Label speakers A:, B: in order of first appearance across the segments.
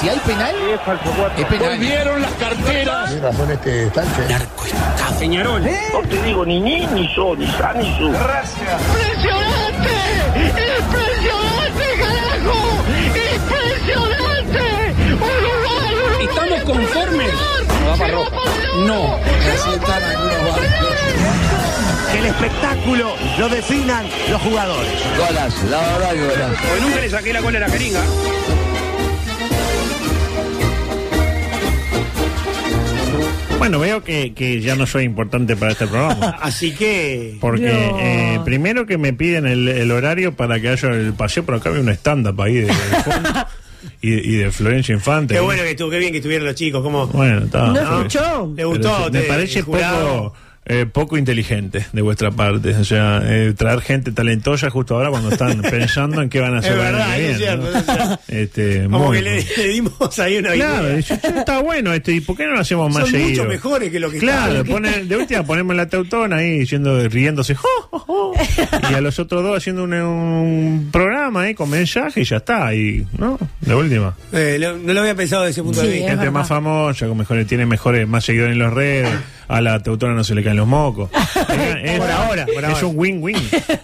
A: Si hay penal, es penal.
B: Peñarol.
A: Eh.
C: No te digo ni ni, ni yo, ni sa, ni su.
D: ¡Impresionante! ¡Impresionante, carajo! ¡Impresionante! ¡Uruguay, Uruguay!
B: ¿Estamos conformes? No.
E: Que el espectáculo lo definan los jugadores.
B: Porque nunca le saqué la cola a la jeringa.
F: Bueno, veo que, que ya no soy importante para este programa.
E: Así que.
F: Porque eh, primero que me piden el, el horario para que haya el paseo, pero acá había un stand-up ahí de, de fondo y, y de Florencia Infante.
E: Qué bueno que estuvo, qué bien que estuvieron los chicos. Como,
F: Bueno, está.
G: ¿No
F: está bien.
G: escuchó?
E: ¿Le gustó?
F: Pero Me
E: te-
F: parece
E: el jurado?
F: poco, eh, poco inteligente de vuestra parte. O sea, eh, traer gente talentosa justo ahora cuando están pensando en qué van a hacer
E: Es
F: el año
E: verdad,
F: que
E: es
F: viene,
E: cierto,
F: ¿no?
E: es cierto.
F: Este,
E: Como
F: muy-
E: que le, le dimos ahí una
F: Claro,
E: idea.
F: dice, "Che, está bueno esto, ¿y por qué no lo hacemos más
E: Son mucho
F: seguido?
E: mejores que lo que
F: Claro,
E: está-
F: pone- de última ponemos la teutona ahí diciendo, riéndose, "Jo, jo, jo", y a los otros dos haciendo un, un programa ahí con mensaje y ya está, y no, de última.
E: Eh, lo- no lo había pensado desde ese punto
G: Sí,
E: de vista.
G: es
F: Gente
G: verdad.
F: más famosa, con mejores, tiene mejores, más seguidores en los redes, a la teutona no se le caen los mocos. Es-
E: Por ahora, por
F: es
E: ahora.
F: un win-win.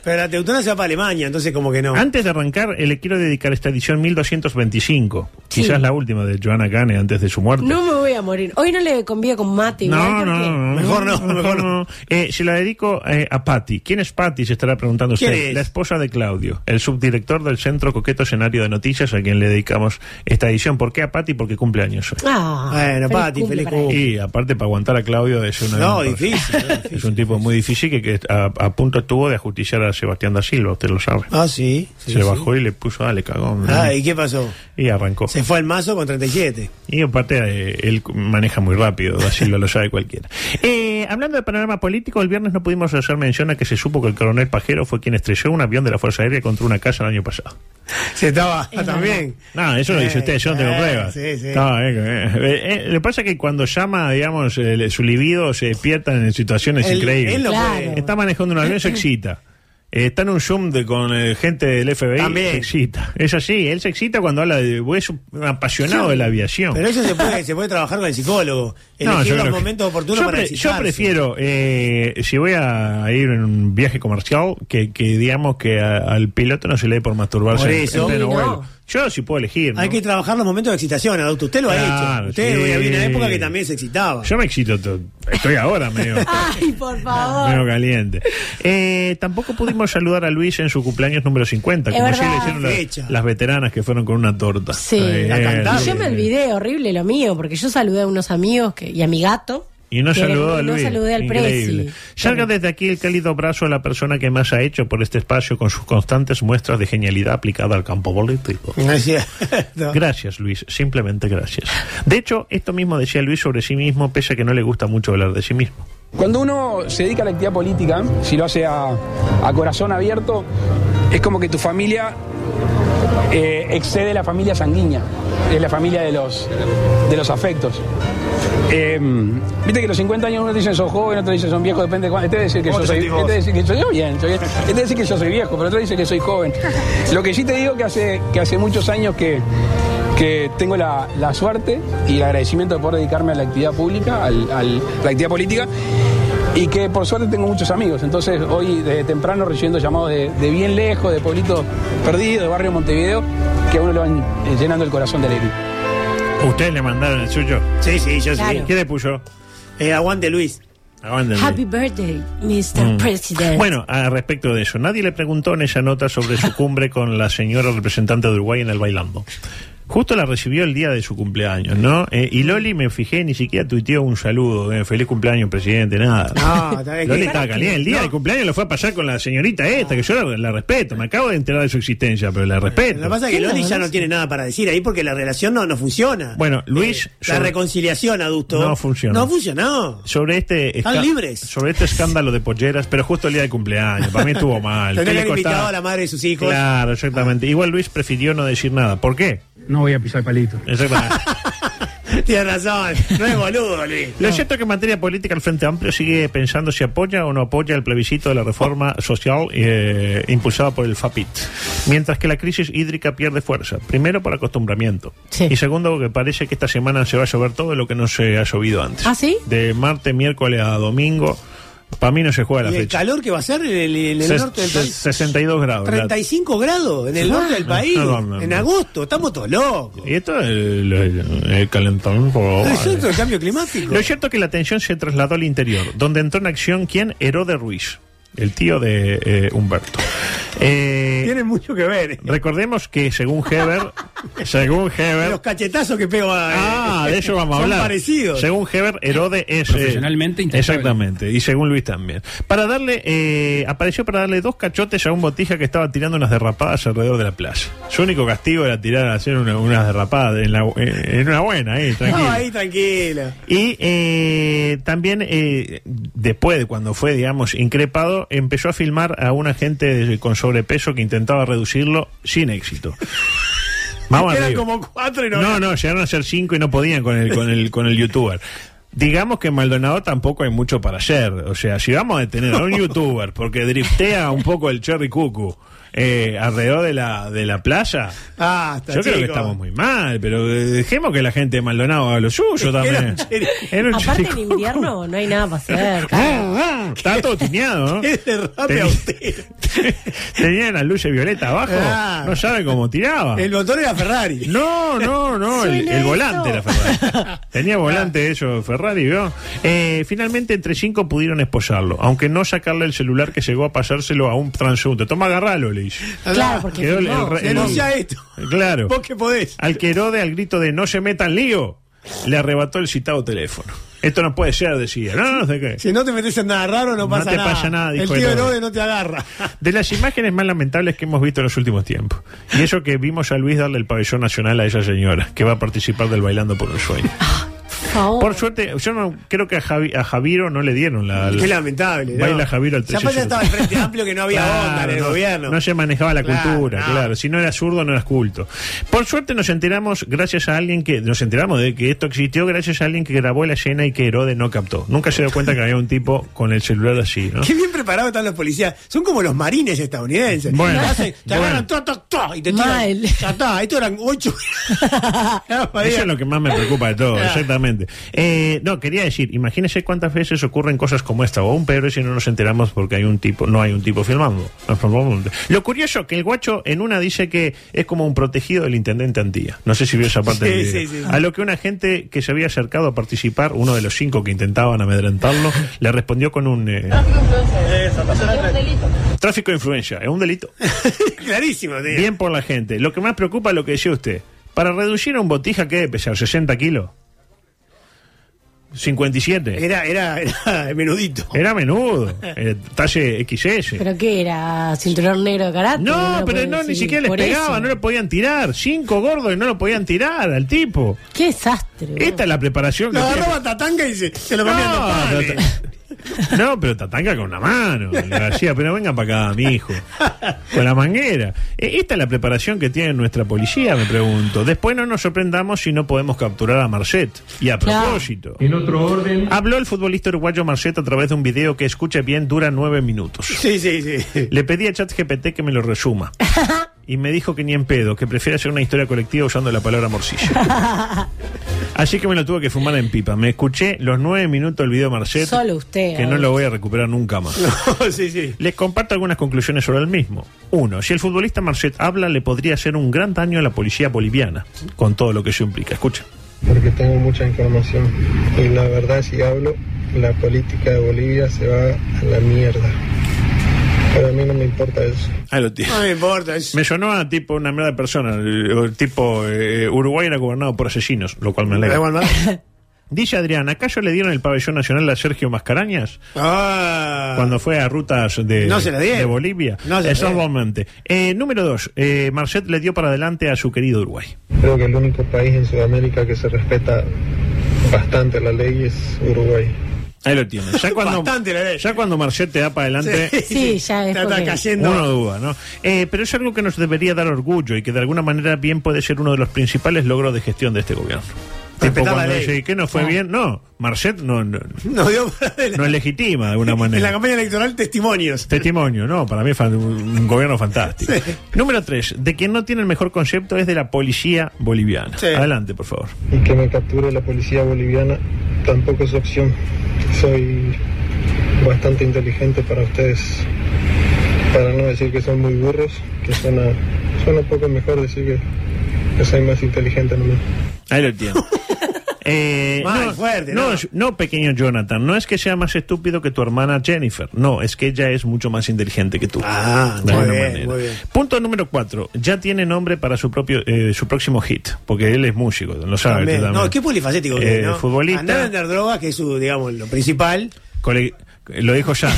E: Pero la Teutona se va para Alemania, entonces como que no.
F: Antes de arrancar, eh, le quiero dedicar esta edición 1225,
G: Sí.
F: quizás la última de Joana Cane antes de su muerte.
G: No me voy a morir. Hoy no le convido con mate.
F: No,
G: igual,
F: no,
G: porque-
F: no,
E: Mejor no, mejor no.
F: Eh, se la dedico eh, a Patti. ¿Quién es Patti? Se estará preguntando usted.
E: ¿Quién es?
F: La esposa de Claudio, el subdirector del Centro Coqueto Escenario de Noticias, a quien le dedicamos esta edición. ¿Por qué a Patti? Porque cumple años hoy.
G: Ah,
E: Bueno, Pati,
G: cumple
E: feliz
G: para
E: cumple.
G: él.
F: Y aparte, para aguantar a Claudio es una.
E: No, difícil, no,
F: es un tipo muy difícil que, que a, a punto estuvo de ajusticiar a Sebastián da Silva, usted lo sabe.
E: Ah, sí. sí,
F: se le
E: sí.
F: bajó y le puso, ah, le cagó. ¿no?
E: Ah, ¿y qué pasó?
F: Y arrancó.
E: Se fue al mazo con 37.
F: Y aparte, eh, él maneja muy rápido, así lo, lo sabe cualquiera. Eh, hablando de panorama político, el viernes no pudimos hacer mención a que se supo que el coronel Pajero fue quien estrelló un avión de la Fuerza Aérea contra una casa el año pasado.
E: Se estaba también.
F: No, Ah, eso lo dice
E: Eh,
F: usted, yo no tengo
E: eh,
F: pruebas.
E: Sí, sí.
F: No, eh, eh, eh, eh, lo que pasa es que cuando llama, digamos, el- su libido se despierta en situaciones
E: Él-
F: increíbles.
E: él lo
G: Claro.
E: puede-
F: Está manejando un avión, se excita. Eh, está en un Zoom de- con eh, gente del FBI,
E: También.
F: se excita. Es así, él se excita cuando habla de... "Pues, Es un apasionado de la aviación.
E: Pero eso se puede, se puede trabajar con el psicólogo. Elegir
F: yo
E: los
F: creo que-
E: momentos oportunos
F: yo
E: para
F: pre- Yo
E: excitarse.
F: prefiero, eh, si voy a ir en un viaje comercial, que, que digamos que a- al piloto no se le dé por masturbarse
E: Por
F: en- en
E: eso.
F: pleno
G: Sí, no.
F: vuelo. Yo sí puedo elegir. ¿no?
E: Hay que trabajar los momentos de excitación, adulto. Usted lo ha
F: Claro,
E: hecho. Usted
F: sí.
E: había una época que también se excitaba.
F: Yo me excito, to- estoy ahora medio,
G: Ay, por favor.
F: medio caliente. Eh, tampoco pudimos saludar a Luis en su cumpleaños número 50,
G: Es
F: como si le
G: verdad.
F: hicieron la-
E: Fecha.
F: las veteranas que fueron con una torta.
G: Sí.
F: Eh,
G: La
E: cantaron.
G: Y yo me olvidé, horrible lo mío, porque yo saludé a unos amigos que, y a mi gato.
F: Y no
G: que
F: saludó
G: era-
F: a Luis.
G: No saludé al
F: Increíble.
G: presi.
F: Salga desde aquí el cálido abrazo a la persona que más ha hecho por este espacio con sus constantes muestras de genialidad aplicada al campo político.
E: No es cierto.
F: Gracias, Luis. Simplemente gracias. De hecho, esto mismo decía Luis sobre sí mismo, pese a que no le gusta mucho hablar de sí mismo.
H: Cuando uno se dedica a la actividad política, si lo hace a, a corazón abierto, es como que tu familia eh, excede la familia sanguínea, es la familia de los, de los afectos. Eh, Viste que los 50 años uno te dicen son joven, otro dice son viejo, depende de cuándo. Este dice que
E: ¿Cómo
H: yo
E: te
H: soy
E: sentís vos?
H: este dice que soy- yo bien, estoy bien. Este dice que yo soy viejo, pero otro dice que soy joven. Lo que sí te digo que hace, que hace muchos años que, que tengo la, la suerte y el agradecimiento de poder dedicarme a la actividad pública, al- al- a la actividad política, y que por suerte tengo muchos amigos. Entonces hoy desde temprano recibiendo llamados de, de bien lejos, de pueblitos perdidos, de barrio Montevideo, que a uno le van eh, llenando el corazón de alegría.
F: Ustedes le mandaron el suyo.
E: Sí, sí, yo
G: Claro.
E: sí.
F: ¿Qué le puso?
E: Eh, aguante Luis.
F: Acaban de-
G: Happy birthday,
F: Mm.
G: Mr.
E: Eh.
G: President.
F: Bueno, a respecto de eso, nadie le preguntó en esa nota sobre su cumbre con la señora representante de Uruguay en el bailando. Justo la recibió el día de su cumpleaños, ¿no? Eh, y Loli, me fijé, ni siquiera tuiteó un saludo, eh, feliz cumpleaños, presidente, nada.
E: No, está bien
F: Loli
E: que-
F: estaba caliente. El día del cumpleaños lo fue a pasar con la señorita esta, que yo la, la respeto, me acabo de enterar de su existencia, pero la respeto.
E: Eh, Lo que pasa es que Loli ya no tiene nada para decir ahí porque la relación no, no funciona. Eh,
F: Bueno, Luis...
E: La
F: yo-
E: reconciliación, adusto.
F: No funcionó.
E: No funcionó.
F: Sobre este,
E: Están
F: esca-
E: libres.
F: sobre este escándalo de polleras, pero justo el día de cumpleaños. Para mí estuvo mal.
E: Tendría que
F: ¿Qué le
E: haber
F: costaba?
E: invitado a la madre de sus hijos.
F: Claro, exactamente. Igual Luis prefirió no decir nada. ¿Por qué? No voy a pisar palito. Exactamente.
E: Tienes razón. No es boludo, Luis.
F: Lo cierto es que en materia política el Frente Amplio sigue pensando si apoya o no apoya el plebiscito de la reforma social eh, impulsada por el FAPIT. Mientras que la crisis hídrica pierde fuerza. Primero por acostumbramiento. Y segundo porque parece que esta semana se va a llover todo lo que no se ha llovido antes.
G: ¿Ah, sí?
F: De martes, miércoles a domingo. Para mí no se juega la
E: Y el
F: fecha.
E: calor que va a ser en el, en el
F: Se-
E: norte del
F: se-
E: país.
F: 62 grados. la-
E: 35 grados en el
F: Ah,
E: norte del país.
F: no, no, no.
E: En agosto. Estamos todos locos.
F: Y esto es el, el- el calentamiento global.
E: Es otro cambio climático.
F: Lo cierto es que la atención se trasladó al interior, donde entró en acción quien Herode Ruiz, el tío de eh, Humberto. Tiene
E: mucho que ver. eh.
F: Recordemos que según Heber, según Heber,
E: Los cachetazos que pego a. eh.
F: ah, de eso vamos a
E: son
F: hablar.
E: parecidos.
F: Según Heber, Herode es eh,
H: Profesionalmente intachable.
F: exactamente y según Luis también. Para darle eh, apareció para darle dos cachotes a un botija que estaba tirando unas derrapadas alrededor de la playa. Su único castigo era tirar hacer una- unas derrapadas en, la, eh, en una buena ahí, tranquilo.
E: No, ahí tranquilo.
F: Y eh, también eh, después de cuando fue, digamos, increpado, empezó a filmar a un agente de- con sobrepeso que intentaba reducirlo sin éxito. Vamos
E: Eran
F: arriba.
E: como cuatro y no.
F: No, no, llegaron a ser cinco y no podían con el, con el, con el youtuber. Digamos que en Maldonado tampoco hay mucho para hacer. O sea, si vamos a detener a un youtuber porque driftea un poco el cherry cucu eh, alrededor de la, de la playa,
E: Basta,
F: yo creo que
E: Ah, chico.
F: estamos muy mal, pero eh, dejemos que la gente de Maldonado haga lo suyo
G: Era
F: también.
G: un Aparte en invierno no hay nada para hacer.
F: Está Ah, todo tiñado, ¿no?
E: Este
F: Tenía- Tenía las luces violetas abajo.
E: Ah.
F: No sabe cómo tiraba.
E: El motor era Ferrari.
F: No, no, no, el,
E: Suena
F: el volante
E: eso.
F: era Ferrari. Tenía
E: Ah.
F: volante eso, Ferrari, ¿vio? Eh, finalmente, entre cinco pudieron esposarlo, aunque no sacarle el celular que llegó a pasárselo a un transeúnte. Toma, agarralo, le dice.
E: Claro, porque
F: Quedó el-
E: filmó.
F: el- el- Ah.
E: Denuncia esto.
F: Claro.
E: Vos que podés.
F: Al que Herode, al grito de no se metan lío, le arrebató el citado teléfono. Esto no puede ser, decía. No, no sé qué.
E: Si no te metes en nada raro, no
F: No
E: pasa
F: te
E: nada.
F: pasa nada, dijo
E: el tío
F: Herode.
E: Herode no te agarra.
F: De las imágenes más lamentables que hemos visto en los últimos tiempos. Y eso que vimos a Luis darle el pabellón nacional a esa señora, que va a participar del Bailando por un Sueño. Por suerte, yo no creo que a, Javi- a Javiro no le dieron la. la-
E: Qué lamentable. ¿no?
F: Baila Javiro al
E: Ya pasa,
F: 13.
E: estaba el Frente Amplio que no había
F: Claro,
E: onda en el
F: no,
E: gobierno.
F: no se manejaba la
E: Claro,
F: cultura, claro. Si no era zurdo, no eras culto. Por suerte nos enteramos, gracias a alguien que. Nos enteramos de que esto existió gracias a alguien que grabó la escena y que Herode no captó. Nunca se dio cuenta que había un tipo con el celular así, ¿no?
E: Qué bien preparados están los policías. Son como los marines estadounidenses.
F: Bueno,
E: Te hacen- te
F: bueno.
E: agarran ta, ta, ta, y te tiran. Ya está, esto eran ocho.
F: Eso es lo que más me preocupa de todo, exactamente. Eh, no, quería decir, imagínese cuántas veces ocurren cosas como esta, o aún peores si no nos enteramos porque hay un tipo, no hay un tipo filmando. Lo curioso que el guacho en una dice que es como un protegido del intendente Antía. No sé si vio esa parte
E: Sí,
F: del video.
E: sí, sí.
F: A lo que una gente que se había acercado a participar, uno de los cinco que intentaban amedrentarlo, le respondió con un eh, tráfico de influencia, es un delito.
E: Clarísimo, tío.
F: Bien por la gente. Lo que más preocupa es lo que decía usted. Para reducir a un botija que debe pesar 60 kilos. 57.
E: Era, era, era menudito.
F: Era menudo. Eh, talle XS.
G: ¿Pero qué era? ¿Cinturón negro de karate?
F: No,
G: lo
F: pero
G: puedo
F: no, ni
G: decir,
F: siquiera
G: por
F: les pegaba,
G: eso.
F: no lo podían tirar. Cinco gordos y no lo podían tirar al tipo.
G: Qué desastre.
F: Esta es la preparación que
E: Lo
F: tiene.
E: agarraba Tatanga y se, se lo
F: No,
E: ponían los panes.
F: pero ta- no, pero Tatanga con la mano. Le decía, pero venga para acá, mi hijo. Con la manguera. E- Esta es la preparación que tiene nuestra policía, me pregunto. Después no nos sorprendamos si no podemos capturar a Marcet. Y a propósito.
I: En otro orden.
F: Habló el futbolista uruguayo Marcet a través de un video que, escuche bien, dura nueve minutos.
E: Sí, sí, sí.
F: Le pedí a ChatGPT que me lo resuma. Y me dijo que ni en pedo, que prefiere hacer una historia colectiva usando la palabra morcilla. Así que me lo tuve que fumar en pipa. Me escuché los nueve minutos del video Marcet,
G: Solo usted.
F: que no
G: ahora.
F: lo voy a recuperar nunca más.
E: sí, sí.
F: Les comparto algunas conclusiones sobre el mismo. Uno, si el futbolista Marcet habla, le podría hacer un gran daño a la policía boliviana, con todo lo que eso implica. Escucha.
J: Porque tengo mucha información. Y la verdad, si hablo,
I: la política de Bolivia se va a la mierda. Para mí no me importa eso.
F: Ahí lo tiene. Me sonó a tipo una mierda de persona. el- el tipo eh, Uruguay era gobernado por asesinos, lo cual me alegra. Dice Adrián, ¿acaso le dieron el pabellón nacional a Sergio Mascarañas?
E: Ah.
F: Cuando fue a rutas de,
E: No se la dieron.
F: de Bolivia.
E: No se la dieron.
F: Exactamente. Eh, número dos, eh, Marcet le dio para adelante a su querido Uruguay.
I: Creo que el único país en Sudamérica que se respeta bastante la ley es Uruguay.
F: Ahí lo tienes. Ya cuando, ya cuando Marcet te da para adelante,
G: Sí, ya es. porque-
F: Uno duda, ¿no? Eh, pero es algo que nos debería dar orgullo y que de alguna manera bien puede ser uno de los principales logros de gestión de este gobierno. Tipo
E: la
F: cuando
E: ley. Ah.
F: dice, ¿qué no fue
E: No.
F: bien? No, Marcet no, no,
E: No dio
F: no es legitima de alguna manera.
E: En la campaña electoral, testimonios.
F: Testimonio, no, para mí es fan- un gobierno fantástico. Número 3, de quien no tiene el mejor concepto es de la policía boliviana. Adelante, por favor.
I: Y que me capture la policía boliviana tampoco es opción. Soy bastante inteligente para ustedes. Para no decir que son muy burros, que suena, suena un poco mejor decir que, que soy más inteligente nomás.
F: Ahí lo entiendo. Eh, no, no, es- no, pequeño Jonathan, no es que sea más estúpido que tu hermana Jennifer, no, es que ella es mucho más inteligente que tú. Ah,
E: muy bien, muy bien.
F: Punto número cuatro, ya tiene nombre para su propio eh, su próximo hit, porque él es músico, lo sabes
E: También.
F: tú también.
E: No, qué polifacético que
F: Ah, Eh,
E: es, ¿no?
F: Futbolista.
E: Andar a vender drogas, que es su, digamos, lo principal.
F: cole- Lo dijo ya.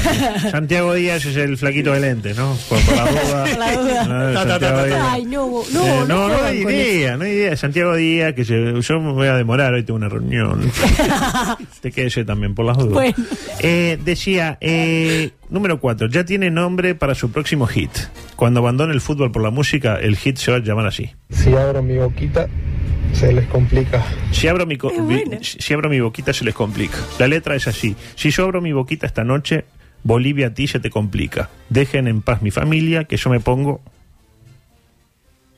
F: Santiago Díaz es el flaquito de lente, ¿no? Por, por la duda.
G: La duda.
F: Ah, Santiago Díaz.
G: Ay, no, no,
F: Eh,
G: no,
F: no, no
G: juegan
F: hay
G: con eso.
F: idea, no hay idea. Santiago Díaz, que se- yo me voy a demorar, hoy tengo una reunión. Te quédese también por las dudas.
G: Bueno.
F: Eh, decía, eh, número 4, ya tiene nombre para su próximo hit. Cuando abandone el fútbol por la música, el hit se va a llamar así.
I: Si abro mi boquita, se les complica.
F: Si abro mi, co- mi- si si abro mi boquita se les complica. La letra es así. Si yo abro mi boquita esta noche, Bolivia a ti se te complica. Dejen en paz mi familia, que yo me pongo...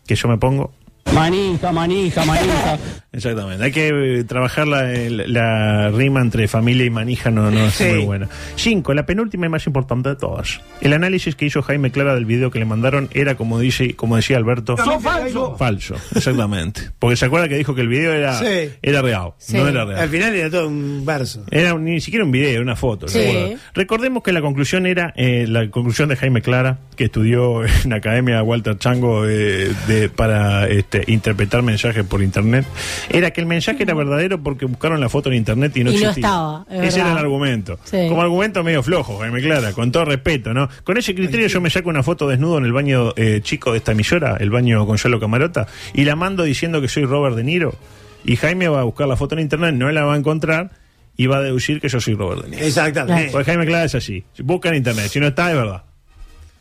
F: Que yo me pongo...
B: Manija, manija, manija.
F: Exactamente, hay que eh, trabajar la, el- la rima entre familia y manija, no, no es
E: Sí.
F: muy buena. Cinco, la penúltima y más importante de todas. El análisis que hizo Jaime Clara del video que le mandaron era, como dice como decía Alberto,
B: Son falso.
F: falso, exactamente. Porque se acuerda que dijo que el video era,
E: Sí.
F: era real, no era real.
E: Al final era todo un verso.
F: Era un- ni siquiera un video, era una foto.
E: Sí.
F: recuerdo. Recordemos que la conclusión era eh, la conclusión de Jaime Clara, que estudió en la Academia Walter Chango eh, de- para este, interpretar mensajes por internet, era que el mensaje era verdadero porque buscaron la foto en internet y no
G: Y no
F: existía.
G: estaba, es
F: Ese era
G: verdad.
F: el argumento.
G: Sí.
F: Como argumento medio flojo, Jaime Clara, con todo respeto, ¿no? Con ese criterio yo me saco una foto desnudo en el baño eh, chico de esta emisora, el baño Gonzalo Camarota, y la mando diciendo que soy Robert De Niro. Y Jaime va a buscar la foto en internet, no la va a encontrar y va a deducir que yo soy Robert De Niro.
E: Exactamente.
F: Porque Jaime Clara es así. Busca en internet, si no está, es verdad.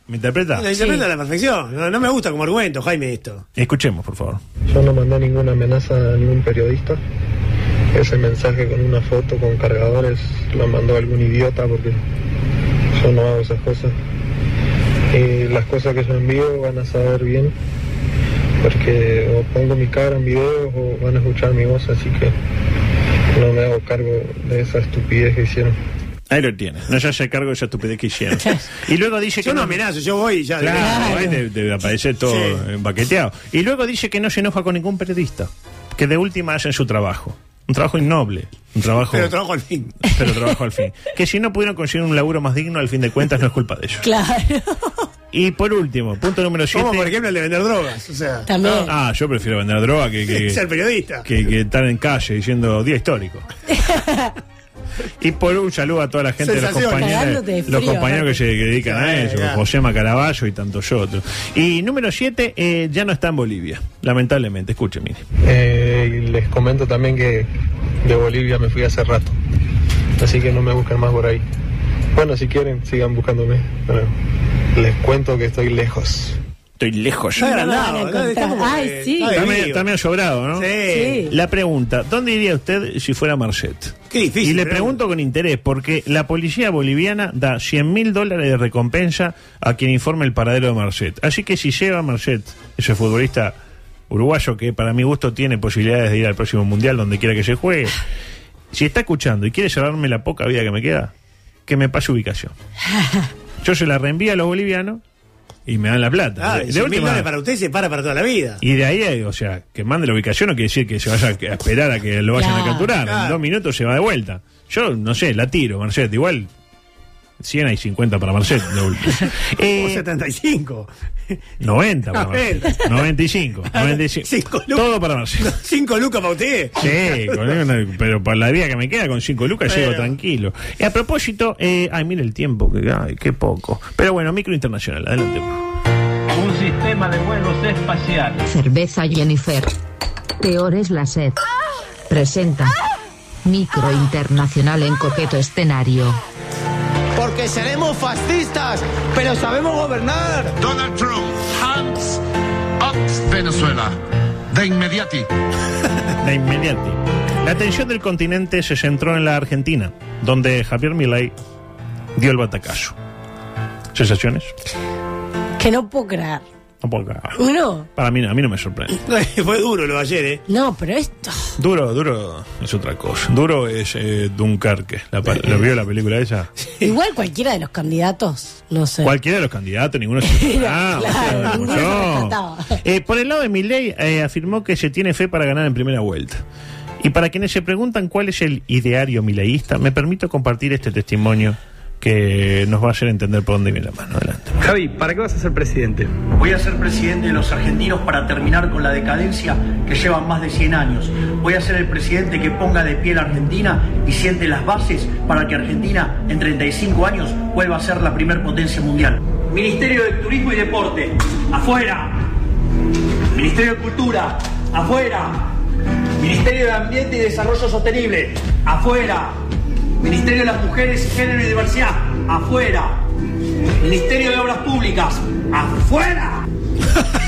F: ¿Me interpreta?
E: Lo interpreta a la perfección. No, no me gusta como argumento, Jaime, esto.
F: Escuchemos, por favor.
I: Yo no mandé ninguna amenaza a ningún periodista. Ese mensaje con una foto con cargadores lo mandó algún idiota porque yo no hago esas cosas. Y las cosas que yo envío van a saber bien porque o pongo mi cara en videos o van a escuchar mi voz, así que no me hago cargo de esa estupidez que hicieron.
F: Ahí lo tiene. No se hace cargo de esa estupidez que hicieron. y luego dice
E: Yo
F: que
E: no amenazo, yo voy y ya. directo.
F: Claro, ahí te- te aparece todo
E: Sí.
F: eh, baqueteado. Y luego dice que no se enoja con ningún periodista, que de última hacen su trabajo. Un trabajo innoble, un trabajo,
E: Pero trabajo al fin.
F: pero trabajo al fin. Que si no pudieron conseguir un laburo más digno, al fin de cuentas no es culpa de ellos.
G: Claro.
F: Y por último, punto número 7.
E: Como por ejemplo el de vender drogas. O sea, no.
F: Ah, yo prefiero vender droga que, que,
E: ser periodista.
F: que, que estar en calle diciendo día histórico. Y por un saludo a toda la gente, los
E: Sensación.
F: compañeros,
E: Cagándote de frío,
F: los compañeros que se que dedican a
E: Sí,
F: eso,
E: claro.
F: José Macaraballo y tantos otros. Y número 7, ya no está en Bolivia, lamentablemente. Escuche, mire.
I: Eh, y les comento también que de Bolivia me fui hace rato, así que no me buscan más por ahí. Bueno, si quieren, sigan buscándome. pero les cuento que estoy lejos.
F: Estoy lejos.
E: Está agrandado,
G: No lo van a
E: está como
G: encontrar.
E: que-
G: Ay, sí.
E: está
F: Está medio,
E: bebido.
F: está medio sobrado, ¿no?
E: Sí.
F: La pregunta, ¿dónde iría usted si fuera Marcet?
E: Qué difícil,
F: Y le
E: pero-
F: pregunto con interés, porque la policía boliviana da 100 mil dólares de recompensa a quien informe el paradero de Marcet. Así que si lleva a Marcet, ese futbolista uruguayo que para mi gusto tiene posibilidades de ir al próximo mundial donde quiera que se juegue, si está escuchando y quiere llevarme la poca vida que me queda, que me pase ubicación. Yo se la reenvío a los bolivianos y me dan la plata.
E: Ah,
F: De- de
E: y cien mil
F: última-
E: dólares para usted se para para toda la vida.
F: y de ahí, eh, o sea, que mande la ubicación no quiere decir que se vaya a esperar a que lo vayan a
E: Claro,
F: capturar. En
E: claro.
F: dos minutos se va de vuelta. Yo, no sé, la tiro, Marcet. Igual, 100 hay 50 para Marcet. de última.
E: Eh, 75.
F: 90 para
E: A ver.
F: Marcet. 95. 95. Todo para Marcet.
E: 5 lucas para usted.
F: Sí, con una- pero por la vida que me queda, con 5 lucas llego tranquilo. Y a propósito, eh, ay, mira el tiempo, que, ay, qué poco. Pero bueno, micro internacional, adelante.
K: Un sistema de vuelos espacial.
L: Cerveza Jennifer. Peor es la sed. Presenta. Micro Internacional en coqueto escenario.
M: Porque seremos fascistas, pero sabemos gobernar.
N: Donald Trump, hands up Venezuela. De inmediati.
F: De inmediati. La atención del continente se centró en la Argentina, donde Javier Milei dio el batacazo. ¿Sensaciones?
G: Que no puedo creer.
F: No puedo creer.
G: Uno.
F: Para mí, no, a mí no me sorprende.
E: Fue duro lo de ayer, ¿eh?
G: No, pero esto.
F: Duro, duro es otra cosa. Duro es eh, Dunkerque. La,
E: Eh,
F: pa- ¿Lo vio la película esa?
G: Igual cualquiera de los candidatos. No sé.
F: Cualquiera de los candidatos, ninguno se Ah, o sea,
G: Claro, ninguno se
F: no.
G: rescataba.
F: Eh, por el lado de Milei eh, afirmó que se tiene fe para ganar en primera vuelta. Y para quienes se preguntan cuál es el ideario mileísta, me permito compartir este testimonio que nos va a hacer entender por dónde viene la mano. Adelante.
O: Javi, ¿para qué vas a ser presidente? Voy a ser presidente de los argentinos para terminar con la decadencia que llevan más de 100 años. Voy a ser el presidente que ponga de pie a la Argentina y siente las bases para que Argentina en 35 años vuelva a ser la primer potencia mundial. Ministerio de Turismo y Deporte, afuera. Ministerio de Cultura, afuera. Ministerio de Ambiente y Desarrollo Sostenible, afuera. Ministerio de las Mujeres, Género y Diversidad, afuera. Ministerio de Obras Públicas, afuera.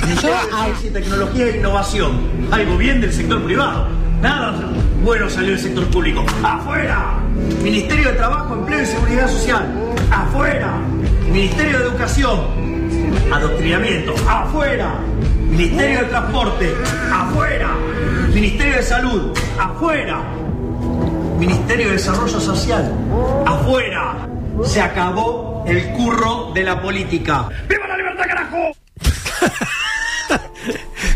O: Ministerio de Ciencia y Tecnología e Innovación, algo bien del sector privado. Nada bueno salió del sector público, afuera. Ministerio de Trabajo, Empleo y Seguridad Social, afuera. Ministerio de Educación, adoctrinamiento, afuera. Ministerio de Transporte, afuera. Ministerio de Salud, afuera. Ministerio de Desarrollo Social, afuera. Se acabó el curro de la política. ¡Viva la libertad, carajo!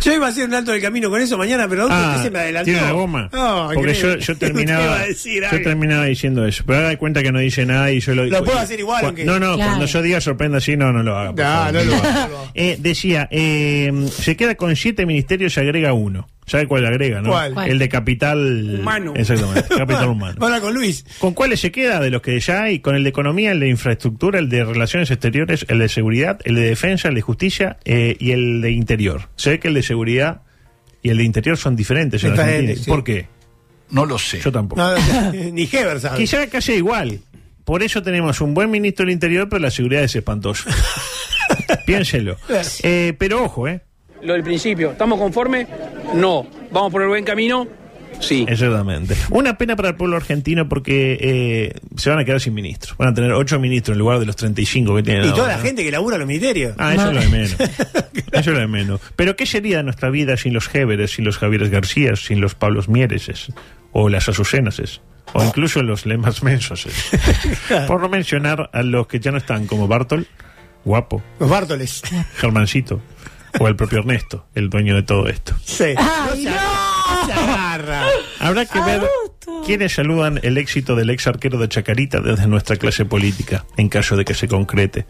E: Yo iba a hacer un alto del camino con eso mañana, pero
F: Ah,
E: usted se me adelantó.
F: tiene la goma.
E: Ah,
F: Porque yo,
E: creo.
F: yo
E: Usted iba
F: terminaba
E: a decir
F: yo
E: algo.
F: terminaba diciendo eso. Pero ahora de cuenta que no dice nada y yo lo
E: Lo puedo hacer igual,
F: Cu-
E: aunque-
F: No, no,
E: Claro.
F: cuando yo diga sorprenda así, no, no lo haga. por
E: No,
F: favor.
E: no lo
D: haga,
F: Eh, decía, eh, se queda con siete ministerios y agrega uno. ¿Sabe cuál agrega, no?
E: ¿Cuál?
F: El de capital
E: Humano.
F: Exactamente, capital humano.
E: Ahora con Luis.
F: ¿Con cuáles se queda de los que ya hay? Con el de economía, el de infraestructura, el de relaciones exteriores, el de seguridad, el de defensa, el de justicia eh, y el de interior. Se ve que el de seguridad y el de interior son diferentes. en
E: Diferentes,
F: Argentina.
E: sí.
F: ¿Por qué? No lo sé. Yo tampoco.
E: No, no, ni Heber sabe.
F: Quizá casi igual. Por eso tenemos un buen ministro del interior, pero la seguridad es espantosa. Piénselo. Eh, pero ojo, ¿eh?
H: Lo del principio, ¿estamos conformes? No. ¿Vamos por el buen camino? Sí.
F: Exactamente. Una pena para el pueblo argentino porque eh, se van a quedar sin ministros. Van a tener ocho ministros en lugar de los 35 que tienen
E: Y
F: ahora,
E: toda la
F: ¿no?
E: gente que labura en los ministerios.
F: Ah, eso es lo de menos. Eso es lo de menos. Pero ¿qué sería de nuestra vida sin los Heberes, sin los Javieres García, sin los Pablos Miereses o las Azucenases? O incluso los lemas mensoses. Por no mencionar a los que ya no están, como Bartol, guapo,
E: Los Bártoles.
F: Germancito, o el propio Ernesto, el dueño de todo esto.
E: Sí.
D: ¡Ay, no!
F: Habrá que ver quiénes saludan el éxito del ex arquero de Chacarita desde nuestra clase política, en caso de que se concrete.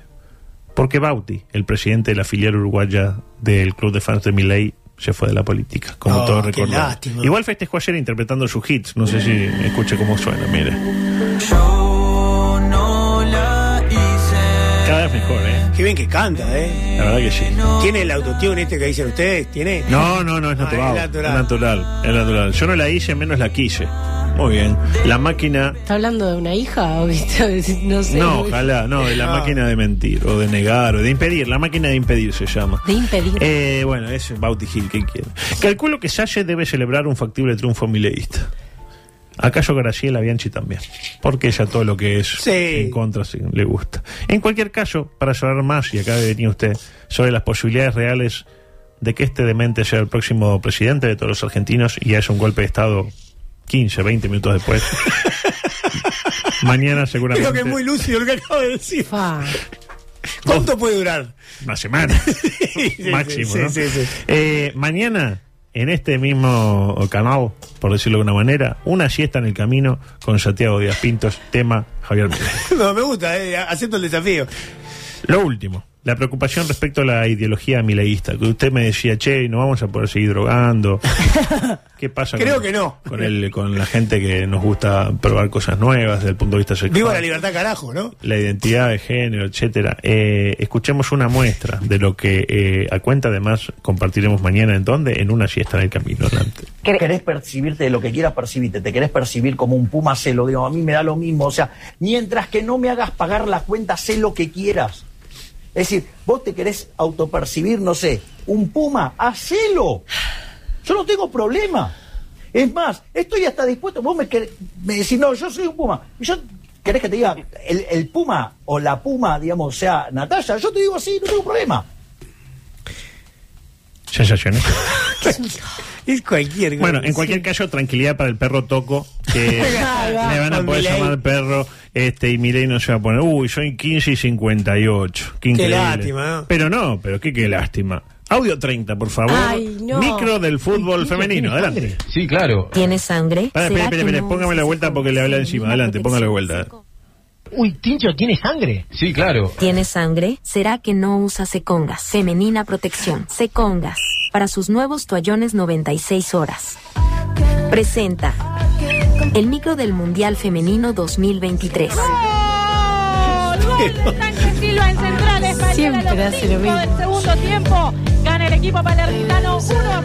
F: Porque Bauti, el presidente de la filial uruguaya del club de fans de Milei, se fue de la política, como
E: Oh,
F: todos
E: qué
F: recordamos.
E: lástima.
F: Igual festejó ayer interpretando sus hits, no sé si escuche cómo suena, mire. Cada vez mejor, ¿eh?
E: Qué bien que canta, ¿eh?
F: La verdad que sí.
E: ¿Tiene el autotune este que dicen ustedes? ¿Tiene?
F: No, no, no, es
E: Ah,
F: natural.
E: es natural.
F: Es natural, es natural. Yo no la hice, menos la quise. Muy bien. La máquina
G: ¿Está hablando de una hija? ¿O viste? No sé.
F: No, ojalá, no, de la
G: Ah.
F: máquina de mentir, o de negar, o de impedir, la máquina de impedir se llama.
G: De impedir.
F: Eh, bueno, es Bauti Gil, ¿qué quiere? Calculo que Salle debe celebrar un factible triunfo mileísta. ¿Acaso Graciela Bianchi también? Porque ella todo lo que es en contra sí, le gusta. En cualquier caso, para saber más, y acá venía usted, sobre las posibilidades reales de que este demente sea el próximo presidente de todos los argentinos y es un golpe de Estado 15, 20 minutos después. Mañana seguramente...
E: Creo que es muy lúcido lo que acabo de decir. ¿Cuánto puede durar?
F: Una semana.
E: sí,
F: máximo.
E: sí,
F: ¿no?
E: sí, sí.
F: Eh, mañana en este mismo canal, por decirlo de una manera, una siesta en el camino con Santiago Díaz Pintos, tema Javier Milei.
E: No, me gusta, eh, acepto el desafío.
F: Lo último, la preocupación respecto a la ideología mileísta, que usted me decía, che, no vamos a poder seguir drogando. ¿Qué pasa
E: Creo
F: con,
E: que no.
F: con, el, con la gente que nos gusta probar cosas nuevas desde el punto de vista sexual?
E: Viva la libertad, carajo, ¿no?
F: la identidad de género, etcétera. Eh, escuchemos una muestra de lo que eh, a cuenta además compartiremos mañana en donde en una siesta en el camino. Dante.
P: Querés percibirte de lo que quieras percibirte, te querés percibir como un puma, sé lo digo, a mí me da lo mismo, o sea, mientras que no me hagas pagar la cuenta, sé lo que quieras. Es decir, vos te querés autopercibir, no sé, un puma, hacelo. Yo no tengo problema. Es más, estoy hasta dispuesto, vos me, quer- me decís, no, yo soy un puma. Y Yo querés que te diga, el, el puma o la puma, digamos, o sea Natalia, yo te digo así, no tengo problema.
F: Sensaciones.
E: es cualquier
F: Bueno, en cualquier caso, tranquilidad para el perro Toco, que le van a
E: Con
F: poder
E: Milei.
F: llamar perro este y Milei no se va a poner, uy, soy 15 y 58. Qué, increíble".
E: lástima, ¿no?
F: Pero no, pero qué, qué lástima. Audio 30, por favor.
D: Ay, no.
F: Micro del fútbol femenino, adelante.
D: Sí, claro.
L: ¿Tienes sangre?
F: Para, espera,
D: ¿Será
F: espera,
D: que
F: espera,
D: no
F: póngame la vuelta porque le habla encima, adelante, póngame la vuelta.
L: Uy, Tincho, ¿tiene sangre?
F: Sí, claro.
Q: ¿Tiene sangre? ¿Será que no usa secongas? Femenina protección. Secongas. Para sus nuevos toallones 96 horas. Presenta el micro del Mundial Femenino 2023.
D: Silva en central española.
G: Siempre
D: los
G: hace lo
D: cinco
G: mismo.
D: del segundo tiempo gana el equipo palermitano 1 a 0.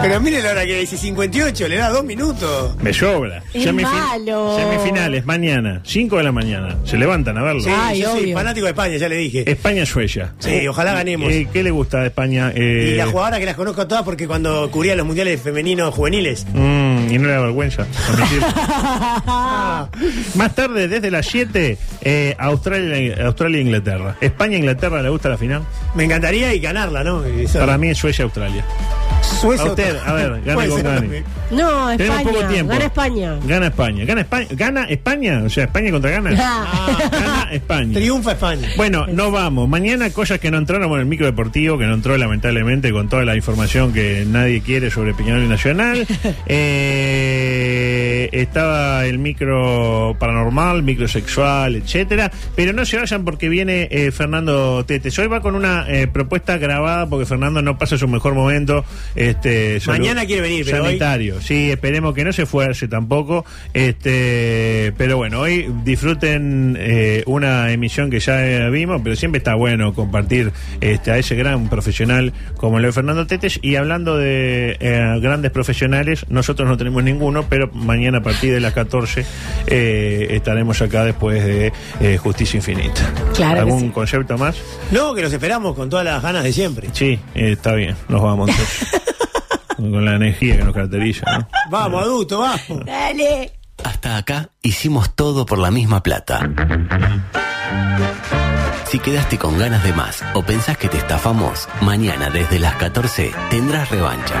E: Pero mire la hora que dice 58, le da dos minutos.
F: Me sobra.
E: Es malo.
F: Semifinales, mañana, 5 de la mañana. Se levantan a verlo.
E: Sí, yo soy fanático de España, ya le dije.
F: España-Suecia.
E: Sí, ojalá ganemos.
F: Eh, ¿Qué le gusta de España? Eh,
E: Y las jugadoras que las conozco a todas porque cuando cubría los mundiales femeninos juveniles.
F: mm, y no le da vergüenza. admitirlo. Más tarde, desde las 7, eh, Australia, Australia e Inglaterra. ¿España-Inglaterra le gusta la final?
E: Me encantaría y ganarla, ¿no? Y eso-
F: Para mí es Suecia-Australia.
E: Suecia-
F: A usted, a ver, gane
E: Puede
F: con
E: ser
F: gane.
E: también.
G: No,
F: Tenemos
G: España.
F: poco tiempo.
G: Gana España.
F: Gana España. Gana España. Gana España. O sea, España contra Gana. Gana España.
E: Triunfa España.
F: Bueno, no vamos. Mañana cosas que no entraron bueno, el micro deportivo, que no entró lamentablemente con toda la información que nadie quiere sobre Peñarol y Nacional. Eh, estaba el micro paranormal, micro sexual, etcétera. Pero no se vayan porque viene eh, Fernando Tetes. Hoy va con una eh, propuesta grabada porque Fernando no pasa su mejor momento. Este, salud-
E: Mañana quiere venir, pero hoy-
F: sanitario. Sí, esperemos que no se esfuerce tampoco. Este, pero bueno, hoy disfruten eh, una emisión que ya eh, vimos, pero siempre está bueno compartir este, a ese gran profesional como Leo Fernando Tetes. Y hablando de eh, grandes profesionales, nosotros no tenemos ninguno, pero mañana a partir de las 14 eh, estaremos acá después de eh, Justicia Infinita.
E: Claro que
F: ¿Algún
E: sí.
F: concepto más?
E: No, que los esperamos con todas las ganas de siempre.
F: Sí, eh, está bien, nos vamos. entonces. Con la energía que nos caracteriza, ¿no?
E: Vamos, adulto, vamos.
G: Dale.
R: Hasta acá hicimos todo por la misma plata. Si quedaste con ganas de más o pensás que te estafamos, mañana desde las 14 tendrás revancha.